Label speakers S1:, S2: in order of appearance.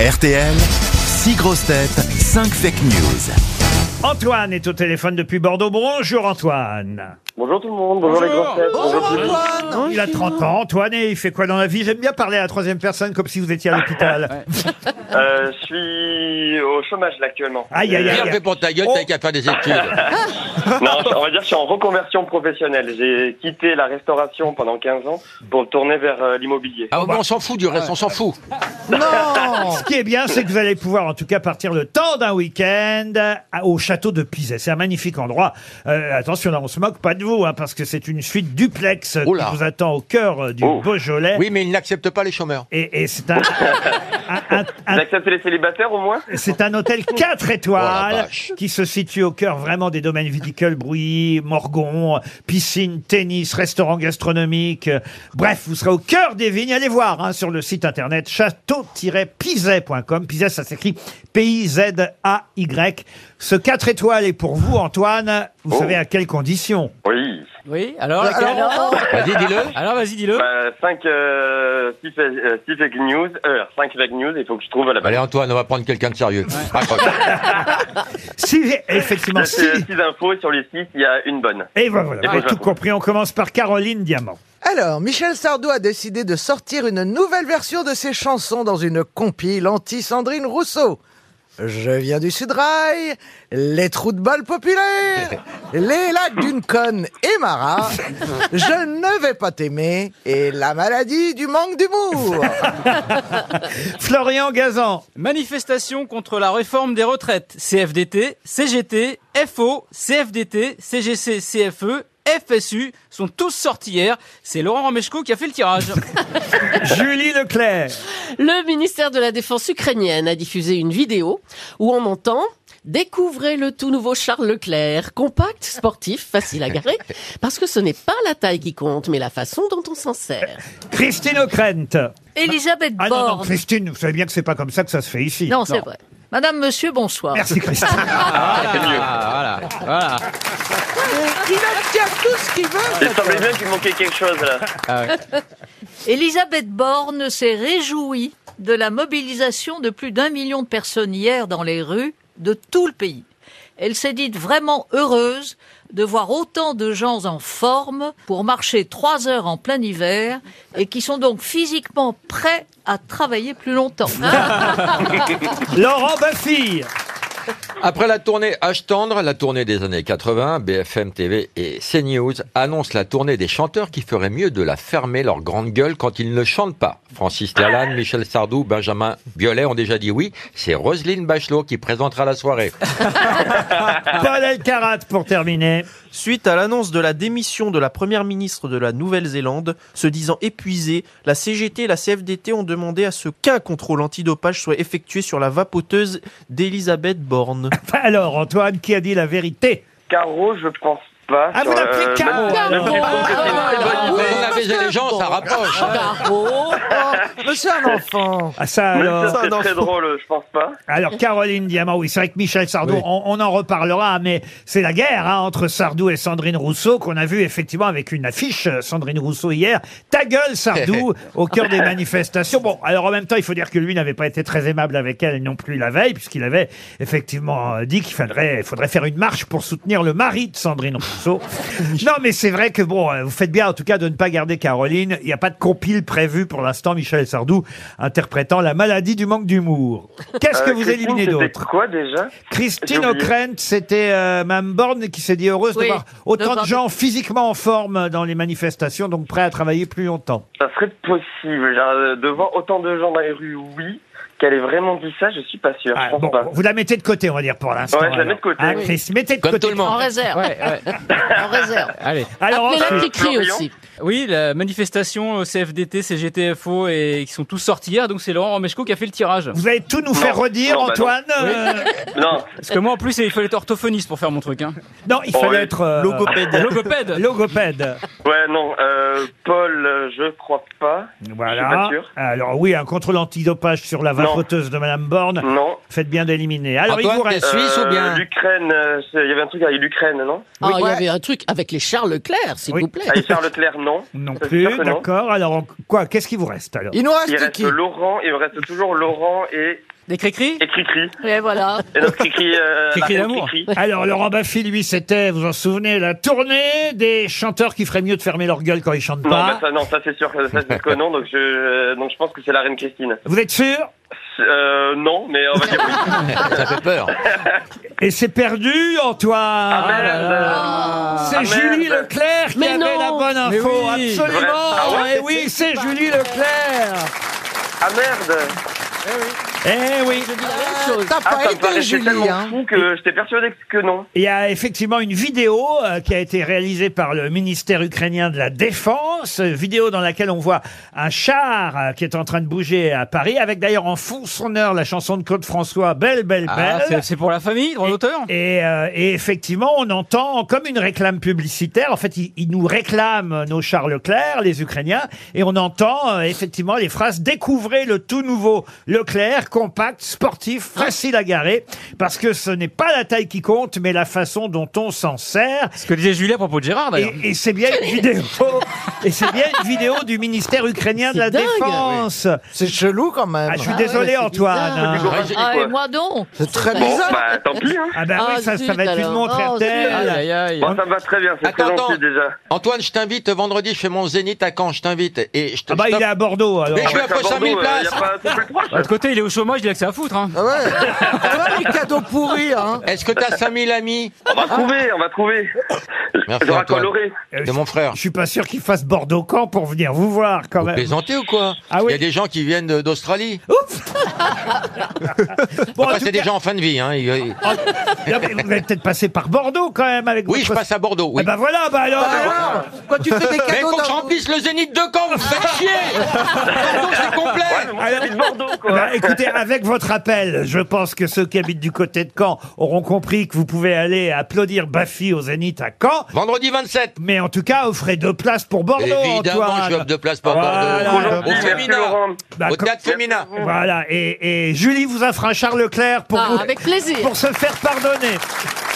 S1: RTL, 6 grosses têtes, 5 fake news.
S2: Antoine est au téléphone depuis Bordeaux. Bonjour Antoine.
S3: Bonjour tout le monde, bonjour, les grosses têtes. Bonjour, Philippe.
S2: Il a 30 ans, Antoine, et il fait quoi dans la vie J'aime bien parler à la troisième personne comme si vous étiez à l'hôpital.
S3: Euh, je suis au chômage là actuellement.
S2: Aïe, aïe,
S4: Viens,
S2: aïe.
S4: fais pour ta gueule, t'as qu'à faire des études.
S3: Non, je- on va dire que je suis en reconversion professionnelle. J'ai quitté la restauration pendant 15 ans pour me tourner vers euh, l'immobilier.
S4: Ah, mais on s'en fout du reste, on s'en fout.
S2: Ce qui est bien, c'est que vous allez pouvoir en tout cas partir le temps d'un week-end à- au château de Pizet. C'est un magnifique endroit. Euh, attention, là, on se moque pas de vous, hein, parce que c'est une suite duplex
S4: Oula.
S2: qui vous attend au cœur euh, du
S3: Oh.
S2: Beaujolais.
S4: Oui, mais ils n'acceptent pas les chômeurs.
S2: Et, et c'est un, un- un- un-
S3: Vous acceptez les célibataires au moins
S2: C'est un hôtel 4
S4: Oh la
S2: étoiles
S4: vache.
S2: qui se situe au cœur vraiment des domaines viticoles, bruit, morgon, piscine, tennis, restaurant gastronomique. Euh, Bref, vous serez au cœur des vignes. Allez voir hein, sur le site internet château-pizet.com. Pizet, ça s'écrit P-I-Z-A-Y. Ce 4 étoiles est pour vous, Antoine. Vous
S3: Oh.
S2: savez à quelles conditions
S3: Oui.
S5: Oui, alors,
S4: D'accord.
S5: alors,
S4: Vas-y, dis-le.
S5: alors, vas-y, dis-le.
S3: 5, 6, fake news, euh, 5 fake news, il faut que je trouve la
S4: Allez, Antoine, on va prendre quelqu'un de sérieux. Raccroche.
S2: Si, effectivement, si.
S3: 6 euh, infos et sur les 6, il y a une bonne.
S2: Et voilà, vous
S3: Ah,
S2: avez
S3: je
S2: tout
S3: vois.
S2: compris. On commence par Caroline Diamant.
S6: Alors, Michel Sardou a décidé de sortir une nouvelle version de ses chansons dans une compile anti-Sandrine Rousseau. Je viens du Sudrail, les trous de balles populaires, les lacs d'une conne et Marat, je ne vais pas t'aimer et la maladie du manque d'humour.
S2: Florian Gazan.
S5: Manifestation contre la réforme des retraites. CFDT, CGT, FO, CFDT, CGC, CFE, FSU sont tous sortis hier. C'est Laurent Romeshko qui a fait le tirage.
S2: Julie Leclerc.
S7: Le ministère de la Défense ukrainienne a diffusé une vidéo où on entend Découvrez le tout nouveau Charles Leclerc, compact, sportif, facile à garer, parce que ce n'est pas la taille qui compte, mais la façon dont on s'en sert.
S2: Christine O'Krent.
S8: Elisabeth
S2: Ah non, non,
S8: Borne.
S2: Christine, vous savez bien que c'est pas comme ça que ça se fait ici. Oh.
S8: Non, c'est vrai. Madame, monsieur, bonsoir.
S2: Merci Christine.
S5: Ah, voilà, voilà.
S6: Il obtient tout ce qu'il
S3: Il
S6: veut.
S3: semblait bien qu'il manquait quelque chose là.
S8: Elisabeth Borne s'est réjouie de la mobilisation de plus d'un million de personnes hier dans les rues de tout le pays. Elle s'est dite vraiment heureuse de voir autant de gens en forme pour marcher trois heures en plein hiver et qui sont donc physiquement prêts à travailler plus longtemps.
S2: Laurent Baffy.
S4: Après la tournée H tendre, la tournée des années 80, BFM TV et CNews annoncent la tournée des chanteurs qui feraient mieux de la fermer leur grande gueule quand ils ne chantent pas. Francis Lalanne, Michel Sardou, Benjamin Biolay ont déjà dit oui. C'est Roselyne Bachelot qui présentera la soirée.
S2: Paul Elkarat pour terminer.
S9: Suite à l'annonce de la démission de la première ministre de la Nouvelle-Zélande, se disant épuisée, la CGT et la CFDT ont demandé à ce qu'un contrôle antidopage soit effectué sur la vapoteuse d'Elisabeth Borne.
S2: Alors Antoine, qui a dit la vérité
S3: Caro, je pense pas.
S2: Ah, vous
S3: sur,
S2: l'appelez
S3: euh,
S2: Caro.
S3: même- même si je trouve que c'est une très bonne
S5: Ah,
S4: Vous avez les gens, ça rapproche. hein.
S6: Oh, monsieur un enfant.
S2: Ah ça
S3: Même si
S2: alors.
S3: c'est très drôle, je pense pas.
S2: Alors Caroline Diamant, oui, c'est vrai que Michel Sardou,
S4: Oui.
S2: on, on en reparlera, mais c'est la guerre hein, entre Sardou et Sandrine Rousseau qu'on a vu effectivement avec une affiche euh, Sandrine Rousseau hier. Ta gueule Sardou au cœur des manifestations. Bon, alors en même temps, il faut dire que lui n'avait pas été très aimable avec elle non plus la veille, puisqu'il avait effectivement euh, dit qu'il faudrait, il faudrait faire une marche pour soutenir le mari de Sandrine Rousseau. non, mais c'est vrai que bon, euh, vous faites bien en tout cas de ne pas garder Caroline. Il n'y a pas de compile prévu pour l'instant. Michel Sardou interprétant la maladie du manque d'humour. Qu'est-ce que
S3: Euh,
S2: vous
S3: Christine,
S2: éliminez
S3: c'était
S2: d'autre
S3: quoi déjà
S2: Christine
S3: J'ai oublié.
S2: O'Krent, c'était euh, Mme Borne qui s'est dit heureuse
S8: Oui,
S2: de voir autant de
S8: voir-
S2: gens physiquement en forme dans les manifestations, donc prêts à travailler plus longtemps.
S3: Ça serait possible. Genre, euh, de voir autant de gens dans les rues, oui. Qu'elle ait vraiment dit ça, je suis pas sûr.
S2: Ah,
S3: je pense
S2: bon,
S3: pas.
S2: vous la mettez de côté, on va dire, pour l'instant.
S3: Ouais, je la mets
S2: alors.
S3: de côté,
S2: Hein,
S3: oui.
S2: Chris, mettez de
S4: Comme
S2: côté.
S4: tout le
S8: En
S4: monde.
S8: réserve,
S5: Ouais, ouais.
S8: en réserve.
S5: Allez.
S2: Alors, euh,
S7: Appelez-la
S2: ensuite,
S7: qui crie
S3: Florian.
S7: aussi.
S5: Oui, la manifestation euh, CFDT, CGT, FO et qui sont tous sortis hier. Donc c'est Laurent Romeshko qui a fait le tirage.
S2: vous allez tout nous faire
S3: Non,
S2: redire,
S3: non, bah non.
S2: Antoine euh,
S3: Non,
S5: Parce que moi, en plus, il fallait être orthophoniste pour faire mon truc. Hein.
S2: Non, il
S3: Oh,
S2: fallait
S3: oui.
S2: être euh,
S9: Logopède.
S5: Logopède.
S2: logopède.
S3: ouais, non. Euh, Paul, euh, je crois pas. Je suis pas
S2: Voilà.
S3: sûr.
S2: Alors oui, un contrôle antidopage sur la vapoteuse de Madame Borne.
S3: Non.
S2: Faites bien d'éliminer. Alors, il
S4: Antoine,
S2: vous reste...
S4: Suisse ou
S3: euh,
S4: bien
S3: L'Ukraine, euh, c'est- il y avait un truc avec l'Ukraine, non
S7: Ah, il y a y avait un truc avec les Charles Leclerc, s'il
S2: Oui.
S7: vous plaît.
S3: Allez, Charles Leclerc, non.
S2: Non
S3: Ça, c'est
S2: plus,
S3: sûr que non.
S2: d'accord. Ah, Alors, on- quoi Qu'est-ce qui vous reste alors
S6: Il nous
S3: Il
S6: reste,
S3: reste
S6: qui
S3: Laurent, il reste toujours Laurent et,
S5: Des cri
S3: et Cricri.
S7: Et voilà.
S3: Et notre Cricri, euh,
S5: Cricri
S3: la reine
S5: d'amour.
S3: Cricri.
S2: Alors, Laurent Baffy, lui, c'était, vous en souvenez, la tournée des chanteurs qui feraient mieux de fermer leur gueule quand ils chantent
S3: Non,
S2: pas.
S3: bah, ça, non, ça c'est sûr, que- ça c'est que non, donc je, euh, donc je pense que c'est la reine Christine.
S2: Vous êtes sûr
S3: Euh, non, mais on va dire oui.
S4: Ça fait peur.
S2: Et c'est perdu, Antoine Euh,
S3: Ah, merde.
S2: C'est
S3: Ah,
S2: Julie
S3: merde.
S2: Leclerc qui
S7: Mais
S2: avait
S7: non.
S2: la bonne
S5: Mais
S2: info,
S5: oui.
S2: absolument
S3: Ah ouais
S2: Et oui, c'est Julie Leclerc
S3: Ah merde
S2: Eh oui
S6: T'as
S3: Ah,
S6: pas
S3: ça me
S6: été,
S3: paraissait
S6: Julie,
S3: tellement
S6: hein
S3: fou que j'étais persuadé que non.
S2: Il y a effectivement une vidéo euh, qui a été réalisée par le ministère ukrainien de la Défense, euh, vidéo dans laquelle on voit un char euh, qui est en train de bouger à Paris, avec d'ailleurs en fond sonore la chanson de Claude François, Belle, Belle, Belle.
S5: Ah, c'est- c'est pour la famille, droit d'auteur
S2: Et, euh, et effectivement, on entend comme une réclame publicitaire. En fait, ils, ils nous réclament nos Charles Leclerc, les Ukrainiens, et on entend euh, effectivement les phrases Découvrez le tout nouveau Leclerc, compact, sportif, facile à garer, parce que ce n'est pas la taille qui compte, mais la façon dont on s'en sert.
S5: Ce que disait Julie à propos de Gérard, d'ailleurs.
S2: Et, et c'est bien une vidéo. et c'est bien une vidéo du ministère ukrainien de
S7: C'est
S2: la
S7: dingue.
S2: Défense.
S6: C'est chelou quand même.
S2: Ah, je suis
S7: Ah
S2: désolé,
S7: ouais, c'est
S2: Antoine.
S7: bizarre.
S2: hein.
S3: Gorgé,
S8: Ah,
S3: quoi.
S8: et moi donc
S6: C'est très
S3: Bon,
S6: bizarre.
S3: bah tant pis. Hein.
S2: Ah, bah
S7: Ah,
S2: oui, ça, ça
S7: zut,
S2: va être une
S7: alors.
S2: montre
S7: Oh, zut.
S2: RTL.
S5: Aïe, aïe, aïe.
S3: Bon, ça me va très bien, c'est très
S4: Attends,
S3: gentil
S4: attends.
S3: déjà.
S4: Antoine, je t'invite vendredi, je fais mon zénith à Caen, je t'invite. Et je te
S2: Ah bah
S4: je
S2: il est
S4: t'offre-
S2: à Bordeaux alors.
S4: Mais je suis à
S3: Après,
S4: peu 5000
S3: Bordeaux, euh, y
S4: places.
S3: a pas- c'est plus proche.
S5: De l'autre côté, il est au chômage, il a que ça à foutre. Hein.
S6: Ah ouais. Voilà les cadeaux pourris, hein.
S4: Est-ce que t'as 5000 amis
S3: On va trouver, on va trouver.
S4: Merci, Eh,
S3: J'aurai
S4: Antoine.
S3: coloré.
S2: Euh,
S4: De mon frère.
S2: Je suis pas sûr qu'il fasse Bordeaux-Camp pour venir vous voir quand
S4: Vous
S2: même.
S4: plaisantez ou quoi
S2: Ah
S4: Il
S2: oui.
S4: y a des gens qui viennent de- d'Australie.
S2: Bon, en
S4: Après,
S2: tout
S4: c'est des
S2: cas- Ah,
S4: gens en fin de vie. Hein. Ils- ils-
S2: en- Non, mais vous allez peut-être passer par Bordeaux quand même avec
S4: Oui,
S2: votre-
S4: je passe à Bordeaux. Oui. Ah,
S2: Eh ben voilà, bah alors.
S6: Alors, quand tu fais des
S4: Mais il
S6: cadeaux
S4: faut que je
S6: dans-
S4: remplisse le zénith de Caen, vous faites chier Bordeaux, c'est
S3: Ouais,
S4: complet
S3: Ah, mais moi, j'habite Bordeaux, quoi.
S2: Bah, écoutez, avec votre appel, je pense que ceux qui habitent du côté de Caen auront compris que vous pouvez aller applaudir Baffy au Zénith à Caen.
S4: Vendredi 27
S2: Mais en tout cas, offrez deux places pour Bordeaux,
S4: Évidemment,
S2: Antoine.
S4: je offre deux places pour
S2: Voilà.
S4: Bordeaux. Au
S2: Merci,
S3: Merci
S4: féminin,
S3: Laurent.
S2: Bah,
S4: au
S2: comme-
S4: théâtre féminin.
S2: Voilà, et, et Julie vous offre un Charles Leclerc pour
S7: Ah,
S2: vous-
S7: avec plaisir.
S2: pour se faire pardonner.